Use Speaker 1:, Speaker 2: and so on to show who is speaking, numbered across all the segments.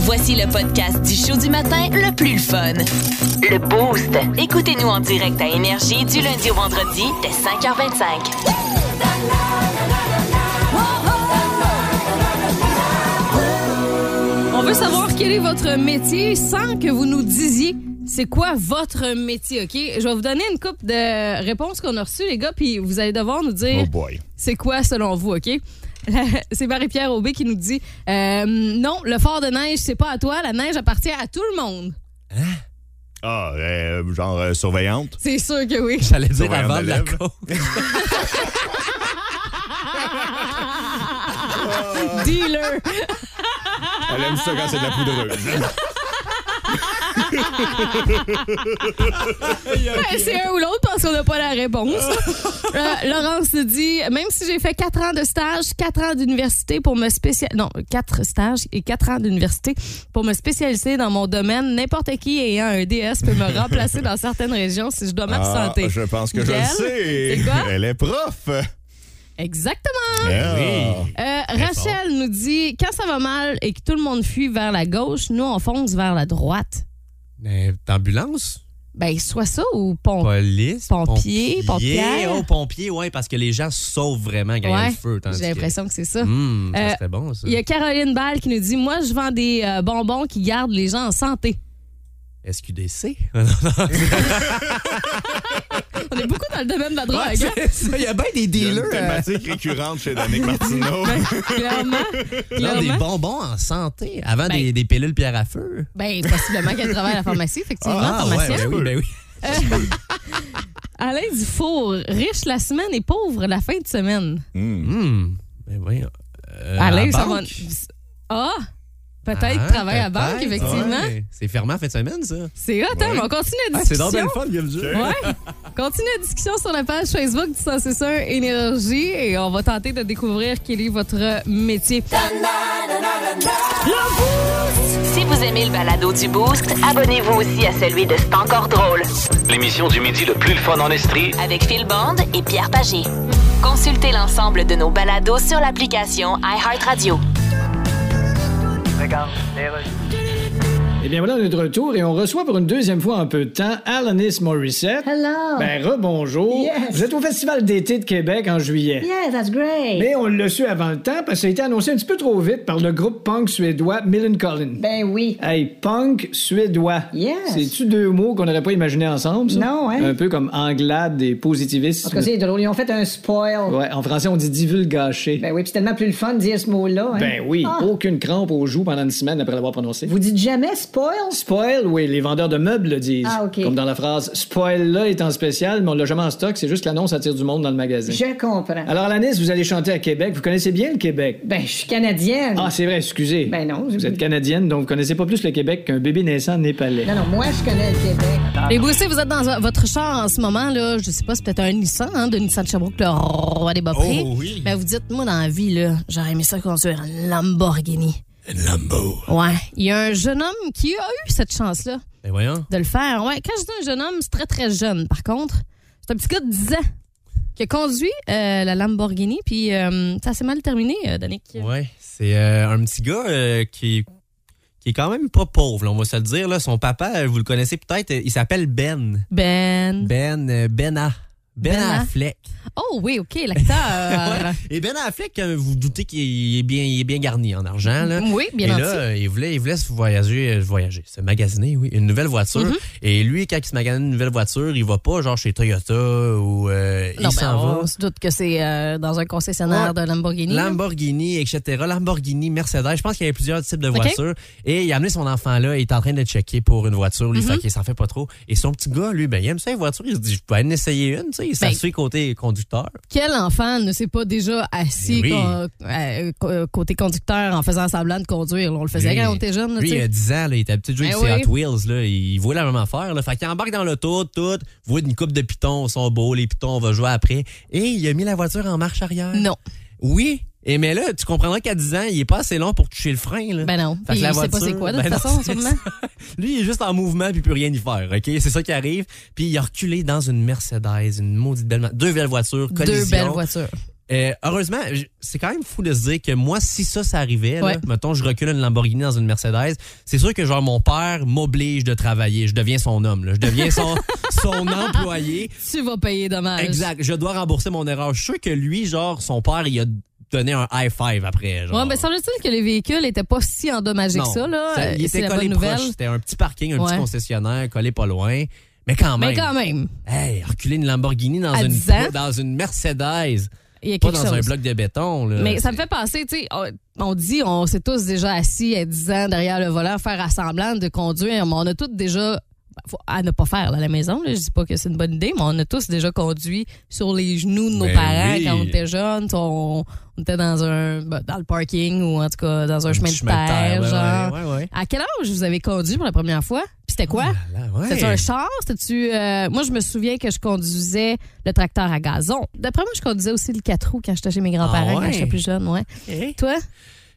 Speaker 1: Voici le podcast du show du matin le plus fun. Le Boost. Écoutez-nous en direct à Énergie du lundi au vendredi dès 5h25.
Speaker 2: On veut savoir quel est votre métier sans que vous nous disiez c'est quoi votre métier, OK? Je vais vous donner une coupe de réponses qu'on a reçues, les gars, puis vous allez devoir nous dire
Speaker 3: Oh boy.
Speaker 2: c'est quoi selon vous, OK? c'est Marie-Pierre Aubé qui nous dit euh, Non, le fort de neige, c'est pas à toi, la neige appartient à tout le monde.
Speaker 3: Ah, euh, genre euh, surveillante.
Speaker 2: C'est sûr que oui.
Speaker 4: J'allais dire
Speaker 3: Surveillant
Speaker 4: avant de la
Speaker 3: d'élèves.
Speaker 4: côte.
Speaker 2: Dealer.
Speaker 3: Elle aime ça quand c'est de la poudreuse.
Speaker 2: Ben, c'est un ou l'autre parce qu'on n'a pas la réponse. Euh, Laurence dit Même si j'ai fait 4 ans de stage, 4 ans d'université pour me spécialiser. Non, 4 stages et 4 ans d'université pour me spécialiser dans mon domaine, n'importe qui ayant un DS peut me remplacer dans certaines régions si je dois m'absenter.
Speaker 3: Ah, je pense que je le
Speaker 2: Gaëlle,
Speaker 3: sais.
Speaker 2: C'est quoi
Speaker 3: Elle est prof.
Speaker 2: Exactement.
Speaker 3: Ah.
Speaker 2: Euh, Rachel nous dit Quand ça va mal et que tout le monde fuit vers la gauche, nous, on fonce vers la droite.
Speaker 4: Euh, Ambulance?
Speaker 2: Ben, soit ça ou pont.
Speaker 4: Police?
Speaker 2: Pompier, pompière.
Speaker 4: Oh, pompier, oui, parce que les gens sauvent vraiment quand il y a
Speaker 2: Ouais,
Speaker 4: le feu. tandis
Speaker 2: J'ai
Speaker 4: que-
Speaker 2: l'impression que c'est
Speaker 3: Mm.
Speaker 2: ça.
Speaker 4: Hmm,
Speaker 2: Euh,
Speaker 4: ça serait bon, ça.
Speaker 2: Il y a Caroline Ball qui nous dit Moi, je vends des euh, bonbons qui gardent les gens en santé.
Speaker 4: SQDC?
Speaker 2: On est beaucoup dans le domaine de la drogue.
Speaker 4: Ouais,
Speaker 2: hein?
Speaker 4: c'est ça, il y a bien
Speaker 3: Il
Speaker 4: des
Speaker 3: y a
Speaker 4: dealers.
Speaker 3: une
Speaker 4: euh,
Speaker 3: thématique récurrente chez Danick Martineau.
Speaker 2: hein? Clairement.
Speaker 4: non, des
Speaker 2: clairement.
Speaker 4: bonbons en santé avant
Speaker 2: Ben-
Speaker 4: des, des pilules pierre à feu.
Speaker 2: Ben, possiblement qu'elle travaille à la pharmacie, effectivement,
Speaker 4: ouais,
Speaker 2: pharmacienne.
Speaker 4: ben oui, ben oui.
Speaker 2: Alain Dufour, riche la semaine et pauvre la fin de semaine.
Speaker 3: Hmm.
Speaker 4: Hmm, ben oui. euh,
Speaker 2: Alain,
Speaker 4: en
Speaker 2: ça va.
Speaker 4: banque.
Speaker 2: Ah! Peut-être
Speaker 4: Ah,
Speaker 2: travaille à
Speaker 4: peut-être,
Speaker 2: banque, effectivement.
Speaker 4: ouais. C'est fermé en fin de semaine, ça.
Speaker 2: C'est hot, hein?
Speaker 3: Ouais.
Speaker 2: mais on continue la
Speaker 4: c'est
Speaker 2: discussion.
Speaker 4: donc bien le fun, Guillaume Dieu.
Speaker 2: Ouais. Continue la discussion sur la page Facebook du 161 Énergie et on va tenter de découvrir quel est votre métier.
Speaker 1: Si vous aimez le balado du Boost, abonnez-vous aussi à celui de C'est encore drôle
Speaker 5: L'émission du midi le plus le fun en Estrie.
Speaker 1: avec Phil Bond et Pierre Pagé. Consultez l'ensemble de nos balados sur l'application iHeartRadio.
Speaker 6: Eh bien voilà, on est de retour et on reçoit pour une deuxième fois en peu de temps Alanis Morissette.
Speaker 7: Hello.
Speaker 6: Ben rebonjour.
Speaker 7: Yes.
Speaker 6: Vous êtes au Festival d'été de Québec en juillet.
Speaker 7: yeah, that's great.
Speaker 6: Mais on l'a su avant le temps parce que ça a été annoncé un petit peu trop vite par le groupe punk suédois Millencolin.
Speaker 7: ben oui.
Speaker 6: Hey, punk suédois.
Speaker 7: Yes.
Speaker 6: C'est-tu deux mots qu'on n'aurait pas imaginé ensemble, ça?
Speaker 7: Non, hein?
Speaker 6: Un peu comme anglade et positivistes.
Speaker 7: En tout cas, c'est drôle. Ils ont fait un spoil.
Speaker 6: Ouais, en français, on dit divulgaché.
Speaker 7: Ben oui, puis c'est tellement plus le fun de dire ce mot-là. hein.
Speaker 6: Ben oui,
Speaker 7: Ah.
Speaker 6: aucune crampe aux joues pendant une semaine après l'avoir prononcé.
Speaker 7: Vous dites jamais spoil?
Speaker 6: Spoil, oui, les vendeurs de meubles le disent.
Speaker 7: Ah, ok.
Speaker 6: Comme dans la phrase Spoil là est en spécial, mais on l'a jamais en stock, c'est juste que l'annonce attire du monde dans le magasin.
Speaker 7: Je comprends.
Speaker 6: Alors, Alanis, vous allez chanter à Québec. Vous connaissez bien le Québec.
Speaker 7: Ben, je suis canadienne.
Speaker 6: Ah, c'est vrai, excusez.
Speaker 7: Ben non,
Speaker 6: Vous
Speaker 7: j'ai-
Speaker 6: êtes canadienne, donc vous connaissez pas plus le Québec qu'un bébé naissant népalais.
Speaker 7: Non, non, moi, je connais le Québec.
Speaker 2: Les boostés, vous êtes dans votre char en ce moment, là. Je sais pas, c'est peut-être un Nissan, hein, de Nissan Sherbrooke, le roi des bas-prix.
Speaker 4: Oh oui.
Speaker 2: Ben, vous dites, moi, dans la vie, là, j'aurais aimé ça conduire un Lamborghini.
Speaker 4: Lambo.
Speaker 2: Ouais. Il y a un jeune homme qui a eu cette chance-là
Speaker 4: Ben voyons.
Speaker 2: de le faire. Ouais. Quand je dis un jeune homme, c'est très, très jeune, par contre. C'est un petit gars de 10 ans qui a conduit euh, la Lamborghini, puis euh, ça s'est mal terminé, euh, Danick.
Speaker 4: Ouais, c'est euh, un petit gars euh, qui, qui est quand même pas pauvre, là, on va se le dire. Là. Son papa, euh, vous le connaissez peut-être, euh, il s'appelle Ben.
Speaker 2: Ben.
Speaker 4: Ben, euh, Bena. Ben,
Speaker 2: Ben
Speaker 4: Affleck.
Speaker 2: Oh oui, OK, l'acteur.
Speaker 4: Ouais. Et Ben Affleck, euh, vous vous doutez qu'il est bien, il est bien garni en argent. Là.
Speaker 2: oui, Mm, bien
Speaker 4: et
Speaker 2: entendu.
Speaker 4: là, euh, il voulait, il voulait se voyager, euh, voyager, se magasiner, oui, une nouvelle voiture.
Speaker 2: Mm-hmm.
Speaker 4: Et lui, quand il se magasine une nouvelle voiture, il va pas genre chez Toyota ou euh,
Speaker 2: Non,
Speaker 4: il
Speaker 2: ben,
Speaker 4: s'en va.
Speaker 2: on se doute que c'est euh, dans un concessionnaire
Speaker 4: Ouais.
Speaker 2: de Lamborghini.
Speaker 4: Lamborghini, etc. Lamborghini, Mercedes. Je pense qu'il y avait plusieurs types de
Speaker 2: Ok.
Speaker 4: voitures. Et il a amené son enfant là. Il est en train de checker pour une voiture. Lui,
Speaker 2: Mhm.
Speaker 4: fait qu'il s'en fait pas trop. Et son petit gars, lui, ben, il aime ça, les voitures. Il se dit, je peux aller en essayer une. Tu sais, il
Speaker 2: Ben-
Speaker 4: s'assuit côté conducteur.
Speaker 2: Quel enfant ne s'est pas déjà assis
Speaker 4: Eh oui.
Speaker 2: co- euh, co- euh, côté conducteur en faisant semblant de conduire? là? On le faisait
Speaker 4: Lui-
Speaker 2: quand on était jeune. là,
Speaker 4: Lui,
Speaker 2: tu
Speaker 4: il
Speaker 2: sais.
Speaker 4: a 10 ans, là, il était habitué de jouer
Speaker 2: Ben
Speaker 4: avec ses
Speaker 2: oui.
Speaker 4: Hot Wheels. Là. Il voulait la même affaire. Là. Fait qu'il embarque dans l'auto, tout. Voit une coupe de pitons, sont beaux. Les pitons, on va jouer après. Et il a mis la voiture en marche arrière.
Speaker 2: Non,
Speaker 4: Oui. Et mais là, tu comprendras qu'à 10 ans, il est pas assez long pour toucher le frein. Là.
Speaker 2: ben non.
Speaker 4: Fait que
Speaker 2: il
Speaker 4: la
Speaker 2: sait pas
Speaker 4: voiture,
Speaker 2: c'est quoi de
Speaker 4: ben
Speaker 2: toute
Speaker 4: non,
Speaker 2: façon en ce
Speaker 4: c'est
Speaker 2: moment.
Speaker 4: ça. Lui, il est juste en mouvement puis il peut rien y faire, OK? C'est ça qui arrive. Puis il a reculé dans une Mercedes, une maudite belle... ma- Deux belles voitures, euh, collision.
Speaker 2: Deux belles voitures.
Speaker 4: Euh, heureusement, j- c'est quand même fou de se dire que moi, si ça, ça arrivait, là,
Speaker 2: Ouais.
Speaker 4: mettons, je recule une Lamborghini dans une Mercedes, c'est sûr que genre mon père m'oblige de travailler. Je deviens son homme, là. je deviens son, son employé.
Speaker 2: Tu vas payer dommage.
Speaker 4: Exact, je dois rembourser mon erreur. Je suis sûr que lui, genre, son père, il a donné un high five après. Genre.
Speaker 2: Ouais, mais semble-t-il que les véhicules n'étaient pas si endommagés
Speaker 4: Non.
Speaker 2: que ça, là.
Speaker 4: Ça,
Speaker 2: Euh,
Speaker 4: il
Speaker 2: C'est la
Speaker 4: était collé
Speaker 2: bonne
Speaker 4: proche.
Speaker 2: nouvelle.
Speaker 4: C'était un petit parking, un petit
Speaker 2: Ouais.
Speaker 4: concessionnaire collé pas loin. Mais quand même.
Speaker 2: Mais quand même,
Speaker 4: Hey, reculer une Lamborghini dans,
Speaker 2: À
Speaker 4: une,
Speaker 2: 10 ans?
Speaker 4: dans une Mercedes,
Speaker 2: il y a
Speaker 4: pas
Speaker 2: quelque
Speaker 4: dans
Speaker 2: chose.
Speaker 4: un bloc de béton. Là.
Speaker 2: Mais ça me fait penser, tu sais, on- on dit, on s'est tous déjà assis à 10 ans derrière le volant, faire à semblant de conduire, mais on a tous déjà, faut- à ne pas faire là, à la maison, là, je dis pas que c'est une bonne idée, mais on a tous déjà conduit sur les genoux de nos
Speaker 4: Ben
Speaker 2: parents
Speaker 4: oui.
Speaker 2: quand on était jeunes, on, on était dans un, ben, dans le parking ou en tout cas dans un, chemin, de terre,
Speaker 4: ouais,
Speaker 2: genre.
Speaker 4: ouais, ouais, ouais.
Speaker 2: À quel âge vous avez conduit pour la première fois? Puis c'était quoi?
Speaker 4: Là, ouais.
Speaker 2: C'était un char? C'était-tu. euh, moi, je me souviens que je conduisais le tracteur à gazon. D'après moi, je conduisais aussi le 4 roues quand j'étais chez mes grands-parents,
Speaker 4: Ah ouais?
Speaker 2: quand j'étais plus jeune, ouais.
Speaker 4: Eh?
Speaker 2: Toi?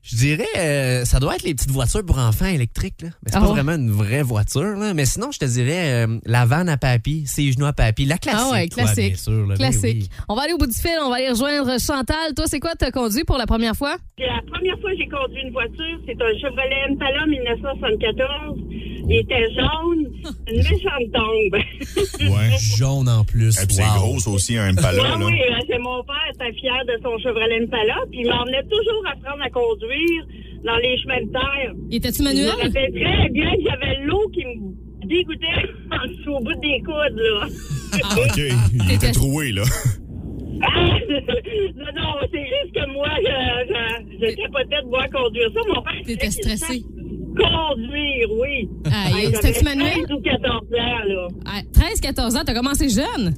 Speaker 4: Je dirais, euh, ça doit être les petites voitures pour enfants électriques. Là. Mais c'est
Speaker 2: Ah
Speaker 4: pas
Speaker 2: ouais?
Speaker 4: vraiment une vraie voiture. Là. Mais sinon, je te dirais euh, la vanne à papy, ses genoux à papy, la classique.
Speaker 2: Ah ouais,
Speaker 4: quoi,
Speaker 2: classique.
Speaker 4: bien sûr, là. Ben
Speaker 2: Classique.
Speaker 4: oui.
Speaker 2: On va aller au bout du fil, on va aller rejoindre Chantal. Toi, c'est quoi t'as conduit pour la première fois?
Speaker 8: La première fois que j'ai conduit une voiture, c'est un Chevrolet Impala 1974. Il était jaune, une méchante tombe.
Speaker 3: Ouais.
Speaker 4: Jaune en plus.
Speaker 3: Et puis c'est
Speaker 4: wow.
Speaker 3: gros ça aussi, un Impala.
Speaker 8: Ah
Speaker 3: là.
Speaker 8: oui, euh, c'est mon père était fier de son Chevrolet Impala, puis il m'emmenait toujours apprendre à conduire dans les chemins de terre.
Speaker 2: Étais-tu
Speaker 8: Je me
Speaker 2: manuel?
Speaker 8: rappelle très bien que j'avais l'eau qui me dégoûtait au bout des coudes, là.
Speaker 3: OK, il était troué, là.
Speaker 8: Ah! non, non, c'est juste que moi, je, je, je capotais de voir conduire ça. Mon père...
Speaker 2: T'étais stressé.
Speaker 8: Conduire, oui.
Speaker 2: Aïe,
Speaker 8: J'avais
Speaker 2: c'était-tu Ah, manuel?
Speaker 8: 13 ou 14 ans, là.
Speaker 2: À 13, 14 ans, t'as commencé jeune.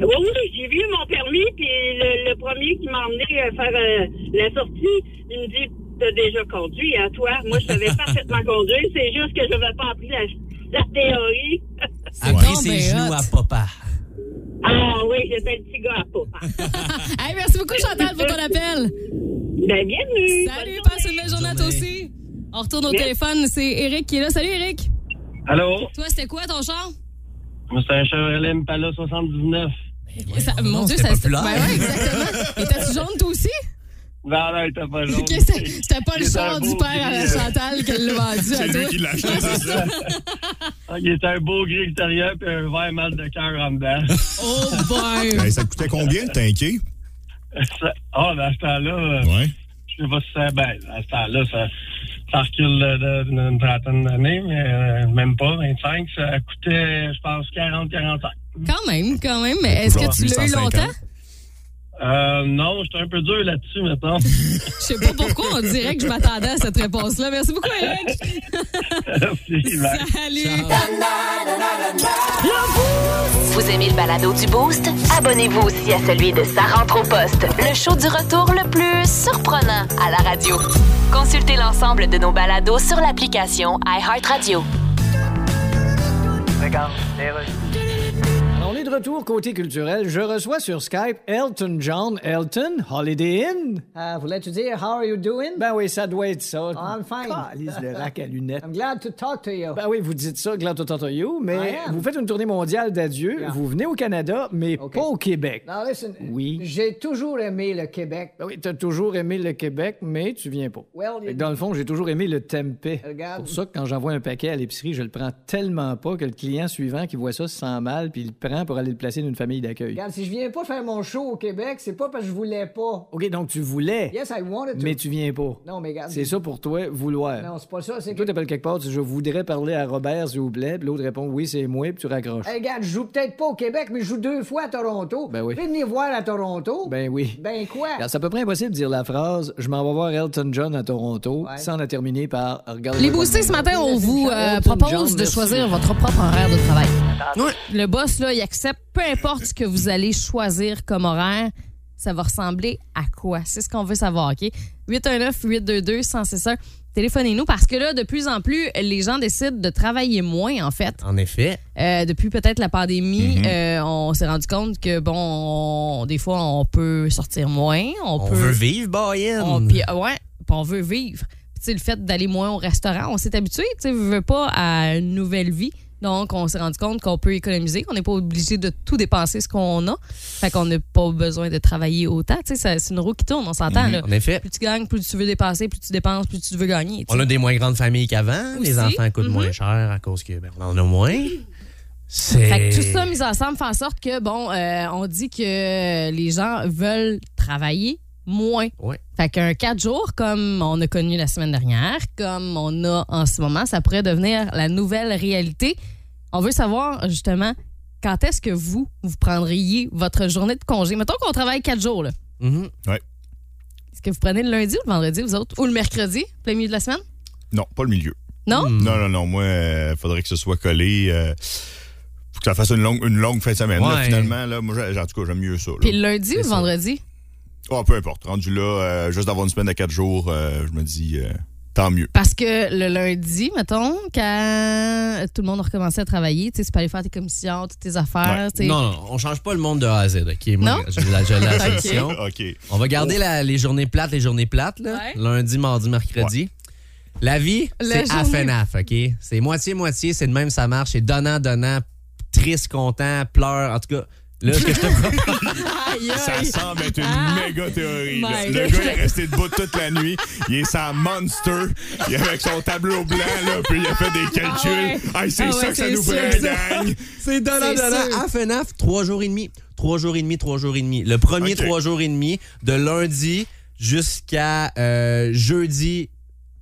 Speaker 8: Oui, oui, j'ai vu mon permis, puis le, le premier qui m'a emmené euh, faire euh, la sortie, il me dit T'as déjà conduit, à toi Moi, je savais parfaitement conduire, c'est juste que je n'avais pas appris la, la théorie.
Speaker 4: Après
Speaker 2: donc
Speaker 4: ses
Speaker 2: ben
Speaker 4: genoux
Speaker 2: hot.
Speaker 4: à papa.
Speaker 8: ah oui, j'étais le petit gars à papa.
Speaker 2: Hey, merci beaucoup, Chantal, pour ton appel.
Speaker 8: Ben, bienvenue.
Speaker 2: Salut,
Speaker 8: Bonne
Speaker 2: passe
Speaker 8: journée.
Speaker 2: une belle journée à toi aussi. On retourne au
Speaker 8: Merci.
Speaker 2: téléphone, c'est Eric qui est là. Salut, Eric.
Speaker 9: Allô?
Speaker 2: Toi, c'était quoi ton char?
Speaker 9: Moi, c'est un Chevrolet Impala 79.
Speaker 2: Ça- mon
Speaker 4: non,
Speaker 2: Dieu,
Speaker 4: c'était
Speaker 2: ça
Speaker 4: populaire.
Speaker 2: Ben ouais, exactement. Étais-tu jaune, toi aussi?
Speaker 9: Non, non, il t'a pas long.
Speaker 2: Ok, c'est- c'était pas le
Speaker 9: J'étais
Speaker 2: char
Speaker 9: un
Speaker 2: du
Speaker 9: beau
Speaker 2: père à la
Speaker 9: gris, euh,
Speaker 2: Chantal qu'elle l'a vendu à
Speaker 3: C'est lui
Speaker 2: toi.
Speaker 3: qui l'a acheté, c'est ça.
Speaker 9: Ah, Il était un beau gris extérieur puis un vert mal de cœur en dedans.
Speaker 2: Oh, boy.
Speaker 3: Ben, ça coûtait combien, le tanké?
Speaker 9: Ça- Ah, dans ce temps-là, euh,
Speaker 3: Ouais.
Speaker 9: je sais pas si c'est bien. Dans ce temps-là, ça, ça recule de- de- d'une trentaine d'années, mais euh, même pas, 25. Ça coûtait, je pense, 40-45.
Speaker 2: Quand même, quand même. Mais est-ce que tu l'as eu
Speaker 3: 150.
Speaker 2: longtemps?
Speaker 9: Euh, non, j'étais un peu dur là-dessus, maintenant.
Speaker 2: Je sais pas pourquoi on dirait que je m'attendais à cette réponse-là. Merci beaucoup, Eric. Salut.
Speaker 1: Vous aimez le balado du Boost? Abonnez-vous aussi à celui de Sa rentre au poste, le show du retour le plus surprenant à la radio. Consultez l'ensemble de nos balados sur l'application iHeartRadio.
Speaker 6: Alors, on est de retour côté culturel. Je reçois sur Skype Elton John. Elton, Holiday Inn.
Speaker 7: Euh, voulais-tu dire, how are you doing?
Speaker 6: Ben oui, ça doit être ça.
Speaker 7: I'm fine.
Speaker 6: Calise le rack à lunettes.
Speaker 7: I'm glad to talk to you.
Speaker 6: Ben oui, vous dites ça, Glad to talk to You, mais
Speaker 7: I am.
Speaker 6: vous faites une tournée mondiale d'adieu.
Speaker 7: Yeah.
Speaker 6: Vous venez au Canada, mais
Speaker 7: Ah. OK.
Speaker 6: pas au Québec.
Speaker 7: Now listen,
Speaker 6: Oui.
Speaker 7: j'ai toujours aimé le Québec.
Speaker 6: Ben oui, t'as toujours aimé le Québec, mais tu viens pas.
Speaker 7: Well,
Speaker 6: Fait
Speaker 7: you-
Speaker 6: que Dans le fond, j'ai toujours aimé le tempeh. C'est
Speaker 7: Regarde.
Speaker 6: pour ça que quand j'envoie un paquet à l'épicerie, je le prends tellement pas que le client suivant qui voit ça se sent mal, puis il le prend pour aller le placer dans une famille d'accueil.
Speaker 7: Regarde, si je viens pas faire mon show au Québec, c'est pas parce que je voulais pas.
Speaker 6: OK, donc tu voulais,
Speaker 7: Yes, I wanted to.
Speaker 6: mais tu viens pas.
Speaker 7: Non, mais regarde.
Speaker 6: C'est ça pour toi, vouloir.
Speaker 7: Non, c'est pas ça, c'est
Speaker 6: Toi,
Speaker 7: que...
Speaker 6: t'appelles quelque part, tu dis, je voudrais parler à Robert, s'il vous plaît. Puis l'autre répond, oui, c'est moi, puis tu raccroches.
Speaker 7: Hey, regarde, je joue peut-être pas au Québec, mais je joue deux fois à Toronto.
Speaker 6: Ben oui.
Speaker 7: Fais venir voir à Toronto.
Speaker 6: Ben oui.
Speaker 7: Ben quoi?
Speaker 6: Alors, c'est à peu près impossible de dire la phrase Je m'en vais voir Elton John à Toronto
Speaker 7: Ouais.
Speaker 6: sans la terminer par Regarde.
Speaker 2: Les boostés, ce matin, on vous euh, propose de choisir votre propre horaire de travail.
Speaker 4: Ouais.
Speaker 2: Le boss, là, il accepte peu importe ce que vous allez choisir comme horaire, ça va ressembler à quoi? C'est ce qu'on veut savoir, OK? 819-822-161. Téléphonez-nous parce que là, de plus en plus, les gens décident de travailler moins, en fait.
Speaker 4: En effet.
Speaker 2: Euh, depuis peut-être la pandémie,
Speaker 4: Mhm.
Speaker 2: euh, on s'est rendu compte que, bon, on- des fois, on peut sortir moins, on,
Speaker 4: On
Speaker 2: peut.
Speaker 4: veut vivre, Boyen.
Speaker 2: on, puis, euh, ouais, puis on veut vivre. Puis, tu sais, le fait d'aller moins au restaurant, on s'est habitué, tu sais, on veut pas à une nouvelle vie. Donc, on s'est rendu compte qu'on peut économiser, qu'on n'est pas obligé de tout dépenser ce qu'on a. Fait qu'on n'a pas besoin de travailler autant. Tu sais, ça- c'est une roue qui tourne, on s'entend. là.
Speaker 4: En effet,
Speaker 2: Plus tu gagnes, plus tu veux dépenser, plus tu dépenses, plus tu veux gagner. tu
Speaker 4: on a des moins grandes familles qu'avant.
Speaker 2: Aussi. Mm-hmm.
Speaker 4: Les enfants coûtent moins cher à cause que ben, on en a moins. C'est.
Speaker 2: Fait que tout ça mis ensemble fait en sorte que, bon, euh, on dit que les gens veulent travailler moins.
Speaker 4: Ouais.
Speaker 2: Fait qu'un 4 jours, comme on a connu la semaine dernière, comme on a en ce moment, ça pourrait devenir la nouvelle réalité. On veut savoir, justement, quand est-ce que vous, vous prendriez votre journée de congé? Mettons qu'on travaille 4 jours, là.
Speaker 4: Mhm.
Speaker 2: Est-ce que vous prenez le lundi ou le vendredi, vous autres? Ou le mercredi, plein milieu de la semaine?
Speaker 3: Non, pas le milieu.
Speaker 2: Non?
Speaker 4: Hmm.
Speaker 3: Non, non, non. Moi, euh, faudrait que ce soit collé. euh, faut que ça fasse une longue, une longue fin de semaine. là,
Speaker 4: Ouais.
Speaker 3: finalement, là, moi, j'ai- en tout cas, j'aime mieux ça. là.
Speaker 2: Puis le lundi ou le
Speaker 4: ça.
Speaker 2: vendredi?
Speaker 3: Ah, peu importe. Rendu là, euh, juste d'avoir une semaine à quatre jours, euh, je me dis, euh, tant mieux.
Speaker 2: Parce que le lundi, mettons, quand tout le monde a recommencé à travailler, tu sais, c'est pas aller faire tes commissions, toutes tes affaires. tu sais.
Speaker 4: Non, non, on change pas le monde de A à Z. ok? Moi,
Speaker 2: Non?
Speaker 4: j'ai la, j'ai la
Speaker 2: Ok.
Speaker 4: solution.
Speaker 3: OK.
Speaker 4: On va garder
Speaker 3: Oh.
Speaker 4: la- les journées plates, les journées plates, là.
Speaker 2: Ouais.
Speaker 4: lundi, mardi, mercredi. La vie,
Speaker 2: La
Speaker 4: c'est half
Speaker 2: journée-
Speaker 4: and half, OK? C'est moitié-moitié, c'est de même, ça marche. C'est donnant, donnant, triste, content, pleure. En tout cas, là, ce que je te propose,
Speaker 2: Aïe,
Speaker 3: Ça
Speaker 2: aïe.
Speaker 3: semble être une
Speaker 2: Ah.
Speaker 3: méga théorie. là.
Speaker 2: My
Speaker 3: Le
Speaker 2: God.
Speaker 3: gars est resté debout toute la nuit. Il est sans monster. Il est avec son tableau blanc, là, puis il a fait des calculs.
Speaker 2: Ah ouais.
Speaker 3: Hey, c'est
Speaker 2: Ah
Speaker 3: ça
Speaker 2: ouais,
Speaker 3: que ça
Speaker 2: c'est
Speaker 3: nous
Speaker 2: sûr,
Speaker 3: fait,
Speaker 2: ça.
Speaker 3: gang.
Speaker 4: c'est donnant,
Speaker 2: C'est
Speaker 4: donnant,
Speaker 2: sûr.
Speaker 4: half and half, trois jours et demi. Trois jours et demi, trois jours et demi. Le premier
Speaker 3: OK.
Speaker 4: trois jours et demi, de lundi jusqu'à euh, jeudi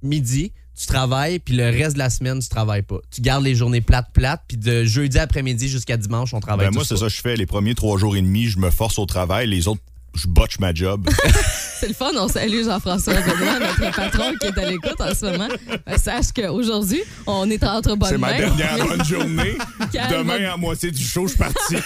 Speaker 4: midi, tu travailles, puis le reste de la semaine, tu travailles pas. Tu gardes les journées plates, plates, puis de jeudi après-midi jusqu'à dimanche, on travaille
Speaker 3: Ben, moi,
Speaker 4: tous
Speaker 3: c'est
Speaker 4: pas.
Speaker 3: ça que je fais. Les premiers trois jours et demi, je me force au travail. Les autres, je botche ma job.
Speaker 2: C'est le fun, on salue Jean-François Benoît, notre patron qui est à l'écoute en ce moment. Euh, Sache qu'aujourd'hui, on est entre bonnes
Speaker 3: C'est ma
Speaker 2: mains.
Speaker 3: dernière bonne journée.
Speaker 2: Calme.
Speaker 3: Demain, à moitié du show, je suis parti.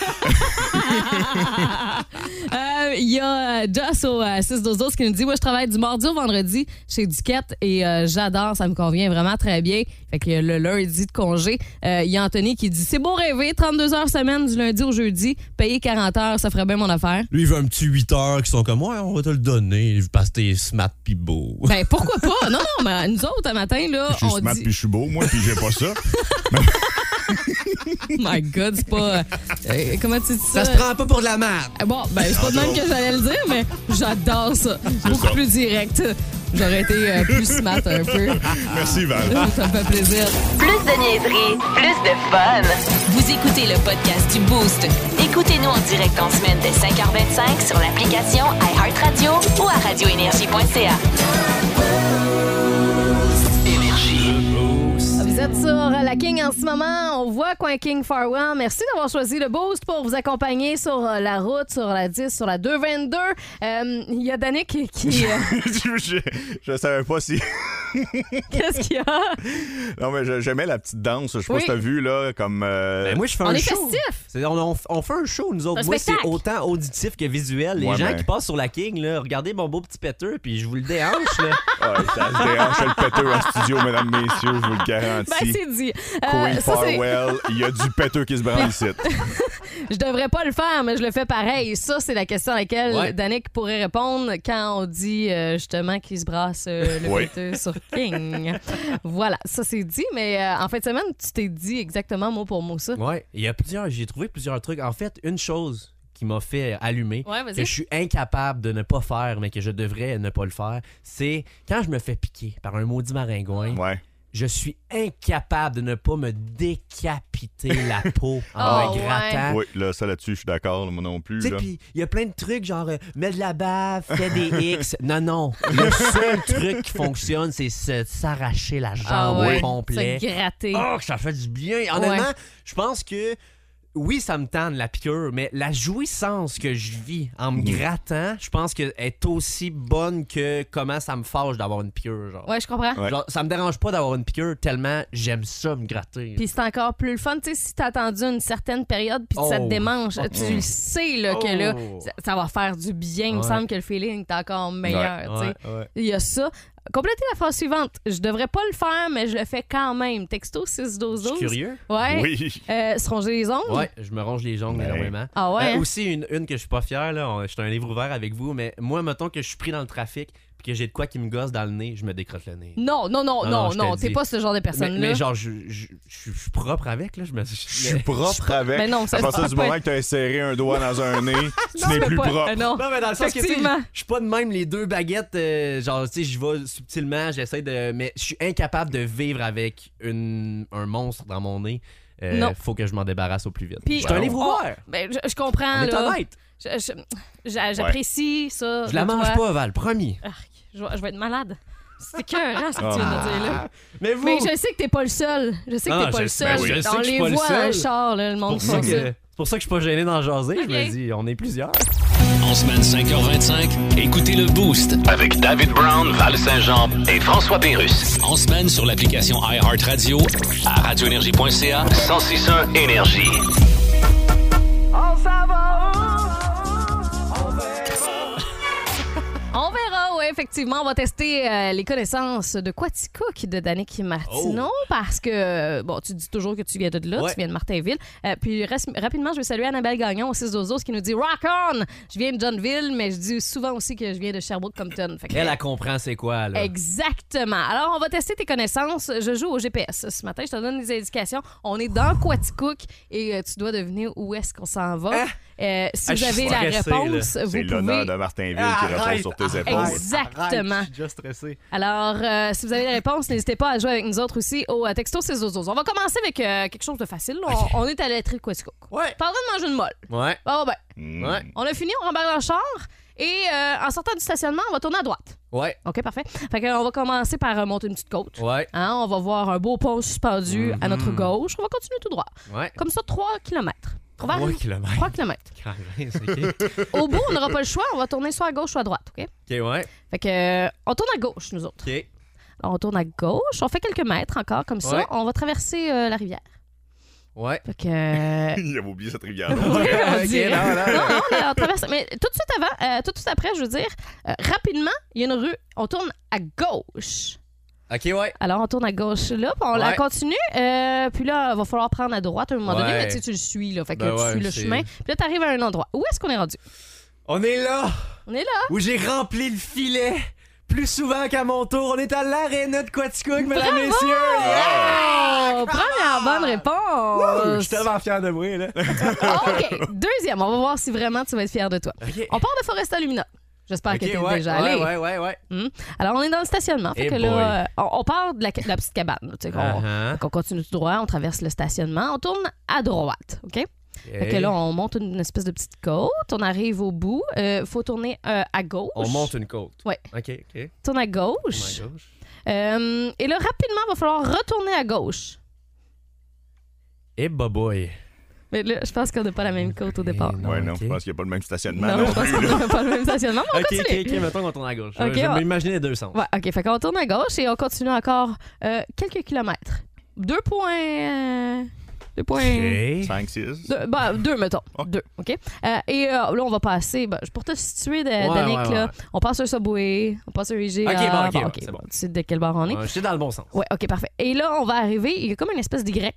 Speaker 2: Euh, Il y a euh, Joss au euh, 612 qui nous dit Moi, je travaille du mardi au vendredi chez Duquette et euh, j'adore, ça me convient vraiment très bien. Fait que le lundi de congé, euh, il y a Anthony qui dit C'est beau rêver, 32 heures semaine du lundi au jeudi, payer 40 heures, ça ferait bien mon affaire.
Speaker 4: Lui, il veut un petit 8 heures qui sont comme, ouais, on va te le donner parce que t'es smart pis beau.
Speaker 2: Ben pourquoi pas Non, non, mais nous autres, un matin, là,
Speaker 3: Je suis
Speaker 2: on
Speaker 3: smart,
Speaker 2: dit
Speaker 3: puis je suis beau, moi, puis j'ai pas ça.
Speaker 2: Oh my God, c'est pas. euh, euh, comment tu dis ça
Speaker 4: prend pas pour de la merde.
Speaker 2: Ah Bon, ben, c'est pas de même que j'allais le dire, mais j'adore ça. Beaucoup
Speaker 3: ça.
Speaker 2: plus direct. J'aurais été euh, plus smart un peu.
Speaker 3: Merci, Val.
Speaker 2: Ça me fait plaisir.
Speaker 1: Plus de niaiserie, plus de fun. Vous écoutez le podcast du Boost. Écoutez-nous en direct en semaine dès 5h25 sur l'application iHeartRadio ou à radioénergie.ca.
Speaker 2: Vous êtes sur la King en ce moment. On voit Coin King Farewell. Merci d'avoir choisi le Boost pour vous accompagner sur euh, la route, sur la 10, sur la 222. Euh, Il y a Danick qui- qui. euh,
Speaker 3: je, je savais pas si.
Speaker 2: Qu'est-ce qu'il y a?
Speaker 3: Non, mais je- j'aimais la petite danse. Je sais pas
Speaker 2: Oui.
Speaker 3: si t'as vu, là, comme. euh,
Speaker 4: Ben, moi, je fais
Speaker 2: On
Speaker 4: un
Speaker 2: est
Speaker 4: show.
Speaker 2: festif.
Speaker 4: C'est- On, on- on fait un show, nous autres.
Speaker 2: Un
Speaker 4: Moi, c'est
Speaker 2: spectacle.
Speaker 4: autant auditif que visuel. Les
Speaker 3: Ouais,
Speaker 4: gens
Speaker 3: ben.
Speaker 4: qui passent sur la King, là, regardez mon beau petit péteux, puis je vous le déhanche. là.
Speaker 3: ah, ça se déhanche le péteux en studio, mesdames, messieurs, je vous
Speaker 2: Ben,
Speaker 3: le garantis.
Speaker 2: c'est dit. Euh,
Speaker 3: Queen
Speaker 2: ça, c'est-
Speaker 3: Farwell, il y a du péteux qui se branle ici.
Speaker 2: Je devrais pas le faire, mais je le fais pareil. Ça, c'est la question à laquelle
Speaker 4: Ouais.
Speaker 2: Danick pourrait répondre quand on dit euh, justement qu'il se brasse euh, le
Speaker 3: Ouais.
Speaker 2: péteux sur King. voilà, ça c'est dit, mais euh, en fin de semaine, tu t'es dit exactement mot pour mot ça.
Speaker 4: ouais, il y a plusieurs. J'ai trouvé plusieurs trucs. En fait, une chose qui m'a fait allumer,
Speaker 2: Ouais,
Speaker 4: que
Speaker 2: vas-y.
Speaker 4: je suis incapable de ne pas faire, mais que je devrais ne pas le faire, c'est quand je me fais piquer par un maudit maringouin.
Speaker 3: Ouais.
Speaker 4: je suis incapable de ne pas me décapiter la peau en
Speaker 2: Oh,
Speaker 4: me grattant.
Speaker 3: Oui, là, ça là-dessus, je suis d'accord, là, moi non plus.
Speaker 4: Tu sais,
Speaker 3: là.
Speaker 4: puis il y a plein de trucs genre euh, mets de la bave, fais des X. Non, non. Le seul truc qui fonctionne, c'est se- s'arracher la jambe
Speaker 2: Ah ouais,
Speaker 4: au complet.
Speaker 2: se gratter.
Speaker 4: Oh, que ça fait du bien. Honnêtement,
Speaker 2: Ouais.
Speaker 4: je pense que oui, ça me tente la piqûre, mais la jouissance que je vis en
Speaker 3: Mm.
Speaker 4: me grattant, je pense qu'elle est aussi bonne que comment ça me fâche d'avoir une piqûre. Genre.
Speaker 2: Ouais, je comprends.
Speaker 3: Ouais.
Speaker 4: Genre, ça me dérange pas d'avoir une piqûre tellement j'aime ça me gratter.
Speaker 2: Puis c'est encore plus le fun, tu sais, si t'as attendu une certaine période puis que ça te
Speaker 4: Oh.
Speaker 2: démange, tu le sais là, que là,
Speaker 4: Oh.
Speaker 2: ça, ça va faire du bien. Il me
Speaker 4: Ouais.
Speaker 2: semble que le feeling est encore meilleur, tu sais.
Speaker 4: Ouais, ouais.
Speaker 2: Il y a ça. Complétez la phrase suivante. Je devrais pas le faire, mais je le fais quand même. Texto 6 12
Speaker 4: Je suis curieux.
Speaker 2: Ouais.
Speaker 3: Oui.
Speaker 2: Euh, se ronger les ongles.
Speaker 4: Ouais, je me ronge les jambes
Speaker 3: Ouais.
Speaker 4: énormément.
Speaker 2: Ah ouais,
Speaker 4: Euh,
Speaker 2: hein?
Speaker 4: aussi, une, une que je suis pas fier, là, on- je suis un livre ouvert avec vous, mais moi, mettons que je suis pris dans le trafic, puis puis que j'ai de quoi qui me gosse dans le nez, je me décroche le nez.
Speaker 2: Non, non, non, non,
Speaker 4: Non, non, je te
Speaker 2: non.
Speaker 4: le
Speaker 2: T'es
Speaker 4: dis.
Speaker 2: pas ce genre de
Speaker 4: Mais,
Speaker 2: personne-là.
Speaker 4: mais genre, je, je, je- je suis propre avec, là. Je me je-
Speaker 3: Je suis propre avec.
Speaker 2: Mais Ben, non, ça
Speaker 3: à
Speaker 2: se
Speaker 3: partir
Speaker 2: peut
Speaker 3: du
Speaker 2: pas
Speaker 3: moment
Speaker 2: être-
Speaker 3: que tu as inséré un doigt dans un nez, tu
Speaker 2: Non,
Speaker 3: n'es
Speaker 2: mais
Speaker 3: plus
Speaker 2: pas-
Speaker 3: propre.
Speaker 2: euh, non.
Speaker 4: Non, mais dans le sens que tu sais,
Speaker 2: Effectivement.
Speaker 4: je suis pas de même les deux baguettes. euh, genre, tu sais, j'y vais subtilement, j'essaie de. Mais je suis incapable de vivre avec une, un monstre dans mon nez. Euh,
Speaker 2: Non.
Speaker 4: Faut que je m'en débarrasse au plus vite.
Speaker 2: Puis-
Speaker 4: je suis un
Speaker 2: Ouais.
Speaker 4: livre ouvert.
Speaker 2: Ben, je, je comprends,
Speaker 4: On est
Speaker 2: là.
Speaker 4: honnête.
Speaker 2: Je- je- j'a- J'apprécie ça.
Speaker 4: Je la
Speaker 2: de toi.
Speaker 4: mange pas, Val, promis.
Speaker 2: Arc, je, vais- je vais être malade. C'est écœurant ce que tu viens de dire, là.
Speaker 4: Mais vous,
Speaker 2: Mais je sais que t'es pas le seul. Je sais que
Speaker 4: Ah,
Speaker 2: t'es pas
Speaker 4: je-
Speaker 2: le
Speaker 4: ben
Speaker 2: seul.
Speaker 4: oui, je sais
Speaker 2: On
Speaker 4: que je suis
Speaker 2: les
Speaker 4: pas le
Speaker 2: voit dans le
Speaker 4: seul.
Speaker 2: char, là, le
Speaker 4: c'est
Speaker 2: monde
Speaker 4: pour ça
Speaker 2: font
Speaker 4: que-
Speaker 2: ça.
Speaker 4: c'est pour ça que je suis pas gêné d'en jaser. Je
Speaker 2: Ok.
Speaker 4: me dis, on est plusieurs.
Speaker 5: En semaine 5h25, écoutez le Boost.
Speaker 10: Avec David Brown, Val Saint-Jean et François Pérus.
Speaker 5: En semaine sur l'application iHeartRadio à radioénergie.ca.
Speaker 10: 1061 Énergie.
Speaker 2: On verra, oui, effectivement. On va tester euh, les connaissances de Quaticook de Danick Martineau parce que, euh, bon, tu dis toujours que tu viens de là,
Speaker 4: Oh. Ouais.
Speaker 2: tu viens de Martinville. Euh, puis res- rapidement, je veux saluer Annabelle Gagnon au 6 12 qui nous dit Rock on! Je viens de Johnville, mais je dis souvent aussi que je viens de Sherbrooke-Compton. Fait que-
Speaker 4: Elle, elle comprend c'est quoi, là.
Speaker 2: Exactement. Alors, on va tester tes connaissances. Je joue au GPS ce matin. Je te donne des indications. On est dans Quaticook et euh, tu dois deviner où est-ce qu'on s'en va. Euh, si
Speaker 4: Ah,
Speaker 2: vous
Speaker 4: je suis
Speaker 2: avez la
Speaker 4: stressé, là.
Speaker 2: réponse, Euh, vous
Speaker 3: C'est
Speaker 2: pouvez...
Speaker 3: l'honneur de Martinville qui repose sur tes épaules.
Speaker 2: arrête. Exactement.
Speaker 4: Arrête, je suis déjà stressé.
Speaker 2: Alors, euh, si vous avez des réponses, n'hésitez pas à jouer avec nous autres aussi au euh, texto 612. On va commencer avec euh, quelque chose de facile. là. On, on est à l'électrique Quaticook.
Speaker 4: Ouais.
Speaker 2: Parlons de manger une molle.
Speaker 4: Ouais.
Speaker 2: Bon, ben,
Speaker 3: Mm.
Speaker 4: Ouais.
Speaker 2: on a fini, on remballe dans le char et euh, en sortant du stationnement, on va tourner à droite.
Speaker 4: Ouais.
Speaker 2: OK, parfait. Fait que, euh, on va commencer par euh, monter une petite côte.
Speaker 4: Ouais.
Speaker 2: Hein, on va voir un beau pont suspendu
Speaker 4: Mhm.
Speaker 2: à notre gauche. On va continuer tout droit.
Speaker 4: Ouais.
Speaker 2: Comme ça, 3 km.
Speaker 4: 3 kilomètres.
Speaker 2: 3 km.
Speaker 4: Ok,
Speaker 2: Au bout, on n'aura pas le choix. On va tourner soit à gauche, soit à droite. OK?
Speaker 4: Ok, ouais.
Speaker 2: Fait que, euh, on tourne à gauche, nous autres.
Speaker 4: Ok.
Speaker 2: Alors, on tourne à gauche, on fait quelques mètres encore comme ça.
Speaker 4: Ouais.
Speaker 2: On va traverser euh, la rivière.
Speaker 4: Ouais.
Speaker 2: Fait que. euh,
Speaker 3: Il avait oublié cette rivière. là
Speaker 2: on
Speaker 4: Ok,
Speaker 2: dirait.
Speaker 4: non, non.
Speaker 2: Non, non, on est- on traverse. Mais tout de suite avant, euh, tout de suite après, je veux dire, euh, rapidement, il y a une rue. On tourne à gauche.
Speaker 4: Ok, ouais.
Speaker 2: Alors, on tourne à gauche là, puis on la
Speaker 4: Ouais.
Speaker 2: continue. euh, puis là, il va falloir prendre à droite à un moment donné,
Speaker 4: Ouais.
Speaker 2: mais tu sais, tu le suis, là. Fait que
Speaker 4: Ben
Speaker 2: tu
Speaker 4: ouais,
Speaker 2: suis le
Speaker 4: c'est-
Speaker 2: chemin. Puis là, tu arrives à un endroit. Où est-ce qu'on est rendu?
Speaker 4: On est là!
Speaker 2: On est là.
Speaker 4: Où j'ai rempli le filet plus souvent qu'à mon tour. On est à l'aréna de Quaticook, mesdames et messieurs!
Speaker 2: Oh, première bonne
Speaker 4: Ah! Wouh! Je
Speaker 2: réponse.
Speaker 4: suis tellement fier de moi, là.
Speaker 2: OK. Deuxième, on va voir si vraiment tu vas être fier de toi.
Speaker 4: OK.
Speaker 2: On part de Foresta Lumina. J'espère que
Speaker 4: Ok,
Speaker 2: t'es
Speaker 4: ouais,
Speaker 2: déjà
Speaker 4: ouais,
Speaker 2: allé.
Speaker 4: ouais, ouais, ouais.
Speaker 2: Alors, on est dans le stationnement. Fait
Speaker 4: Eh
Speaker 2: que là, euh, on, on part de la, de la petite cabane. là, tu sais, qu'on-
Speaker 4: Uh-huh.
Speaker 2: qu'on continue tout droit, on traverse le stationnement, on tourne à droite. OK? Fait que là, on monte une espèce de petite côte, on arrive au bout, euh, faut tourner euh, à gauche.
Speaker 4: On monte une côte.
Speaker 2: Ouais.
Speaker 4: Ok, ok.
Speaker 2: Tourne à
Speaker 4: Oh my
Speaker 2: gauche.
Speaker 4: gosh.
Speaker 2: Euh, et là, rapidement, il va falloir retourner à gauche.
Speaker 4: Eh, boboy.
Speaker 2: Mais là, je pense qu'on n'a pas la même côte au départ.
Speaker 3: Ouais, non,
Speaker 4: ok.
Speaker 3: je pense qu'il n'y a pas le même stationnement.
Speaker 2: Non,
Speaker 3: non
Speaker 2: je pense
Speaker 3: plus,
Speaker 2: qu'on
Speaker 3: là.
Speaker 2: n'a pas le même stationnement, mais on
Speaker 4: Ok, ok,
Speaker 2: continue.
Speaker 4: ok, mettons qu'on tourne à gauche.
Speaker 2: Ok,
Speaker 4: je
Speaker 2: on-
Speaker 4: vais m'imaginer les deux sens.
Speaker 2: Ouais, OK. Fait qu'on tourne à gauche et on continue encore euh, quelques kilomètres. Deux points... euh, deux points... Euh,
Speaker 4: Ok.
Speaker 3: 5, 6.
Speaker 2: Deux, bah, deux, mettons. Deux, OK? Euh, et euh, là, on va passer... bah, pour te situer, de, Danick,
Speaker 4: ouais,
Speaker 2: là,
Speaker 4: ouais.
Speaker 2: on passe sur Subway, on passe sur IGA.
Speaker 4: Ok, bon, ok,
Speaker 2: bon,
Speaker 4: ouais,
Speaker 2: ok,
Speaker 4: c'est
Speaker 2: bon,
Speaker 4: bon.
Speaker 2: Tu sais de quel bord on est.
Speaker 4: Ouais, J'étais dans le bon sens.
Speaker 2: Ouais, ok, parfait. Et là, on va arriver, il y a comme une espèce d'Y.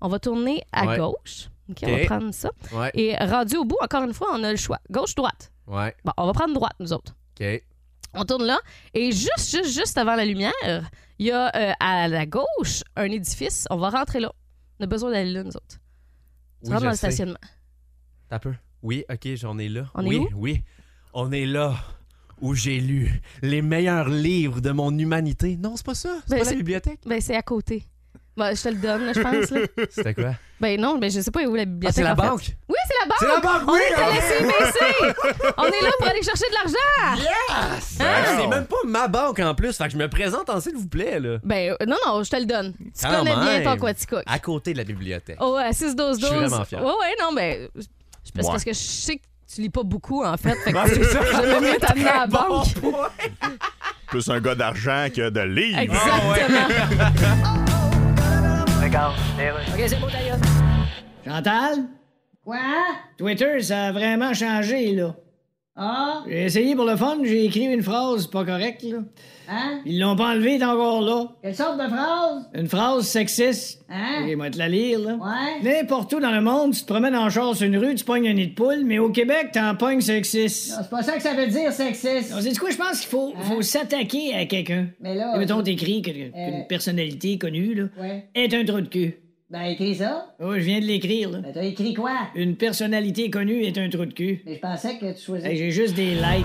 Speaker 2: On va tourner à
Speaker 4: Ouais.
Speaker 2: gauche. OK, on
Speaker 4: Ok.
Speaker 2: va prendre ça.
Speaker 4: Ouais.
Speaker 2: Et rendu au bout, encore une fois, on a le choix. Gauche, droite.
Speaker 4: Ouais.
Speaker 2: Bon, on va prendre droite, nous autres.
Speaker 4: Ok.
Speaker 2: On tourne là. Et juste, juste, juste avant la lumière, il y a euh, à la gauche un édifice. On va rentrer là. On a besoin d'aller là, nous autres. Tu
Speaker 4: Oui,
Speaker 2: rentres
Speaker 4: je
Speaker 2: dans le
Speaker 4: sais.
Speaker 2: stationnement.
Speaker 4: T'as peu? Oui, ok, j'en ai là.
Speaker 2: On est
Speaker 4: oui,
Speaker 2: où?
Speaker 4: oui. On est là où j'ai lu les meilleurs livres de mon humanité. Non, c'est pas ça. C'est
Speaker 2: Ben,
Speaker 4: pas
Speaker 2: c'est-
Speaker 4: la bibliothèque.
Speaker 2: Ben, c'est à côté. Ben, je te le donne, là, je pense. là.
Speaker 4: C'était quoi?
Speaker 2: Ben non, ben, je sais pas où la
Speaker 4: Ah,
Speaker 2: bibliothèque.
Speaker 4: c'est la
Speaker 2: en fait.
Speaker 4: banque.
Speaker 2: Oui, c'est la banque.
Speaker 4: C'est la banque,
Speaker 2: On
Speaker 4: oui!
Speaker 2: est
Speaker 4: Ah.
Speaker 2: à la CBC. On est là pour aller chercher de l'argent.
Speaker 4: Ah,
Speaker 3: Wow.
Speaker 4: C'est même pas ma banque en plus. Fait que je me présente en s'il vous plaît, là.
Speaker 2: Ben euh, non, non, je te le donne. Tu
Speaker 4: Quand
Speaker 2: connais bien
Speaker 4: même.
Speaker 2: ton Quaticook.
Speaker 4: À côté de la bibliothèque.
Speaker 2: Oh, à 6 12 12
Speaker 4: Je suis vraiment fier.
Speaker 2: Ouais, ouais, non, ben. je- c'est Parce,
Speaker 3: Ouais.
Speaker 2: que je sais que tu lis pas beaucoup, en fait. Fait que j'aime mieux t'amener à la
Speaker 4: Oh,
Speaker 2: banque.
Speaker 4: Ah,
Speaker 3: Plus un gars d'argent que de livres.
Speaker 2: Exactement.
Speaker 6: Chantal,
Speaker 7: Quoi?
Speaker 6: Twitter, ça a vraiment changé, là.
Speaker 7: Ah?
Speaker 6: J'ai essayé pour le fun, j'ai écrit une phrase pas correcte, là.
Speaker 7: Hein?
Speaker 6: Ils l'ont pas enlevée, elle est encore là.
Speaker 7: Quelle sorte de phrase?
Speaker 6: Une phrase sexiste.
Speaker 7: Hein?
Speaker 6: Et moi, te la lire, là.
Speaker 7: Ouais.
Speaker 6: N'importe où dans le monde, tu te promènes en char sur une rue, tu pognes un nid de poule, mais au Québec, t'en pognes sexiste.
Speaker 7: Non, Ah, c'est pas ça que ça veut dire, sexiste.
Speaker 6: Non, c'est quoi, je pense qu'il faut,
Speaker 7: Hein?
Speaker 6: faut s'attaquer à quelqu'un.
Speaker 7: Mais là.
Speaker 6: Et mettons, t'écris que- qu'une
Speaker 7: Euh.
Speaker 6: personnalité connue, là,
Speaker 7: Ouais.
Speaker 6: est un trou de cul.
Speaker 7: Ben, écris ça.
Speaker 6: Oh, je viens de l'écrire, là.
Speaker 7: Ben, t'as écrit quoi?
Speaker 6: Une personnalité connue est un trou de cul.
Speaker 7: Mais je pensais que tu choisis.
Speaker 6: Hey, J'ai juste des likes.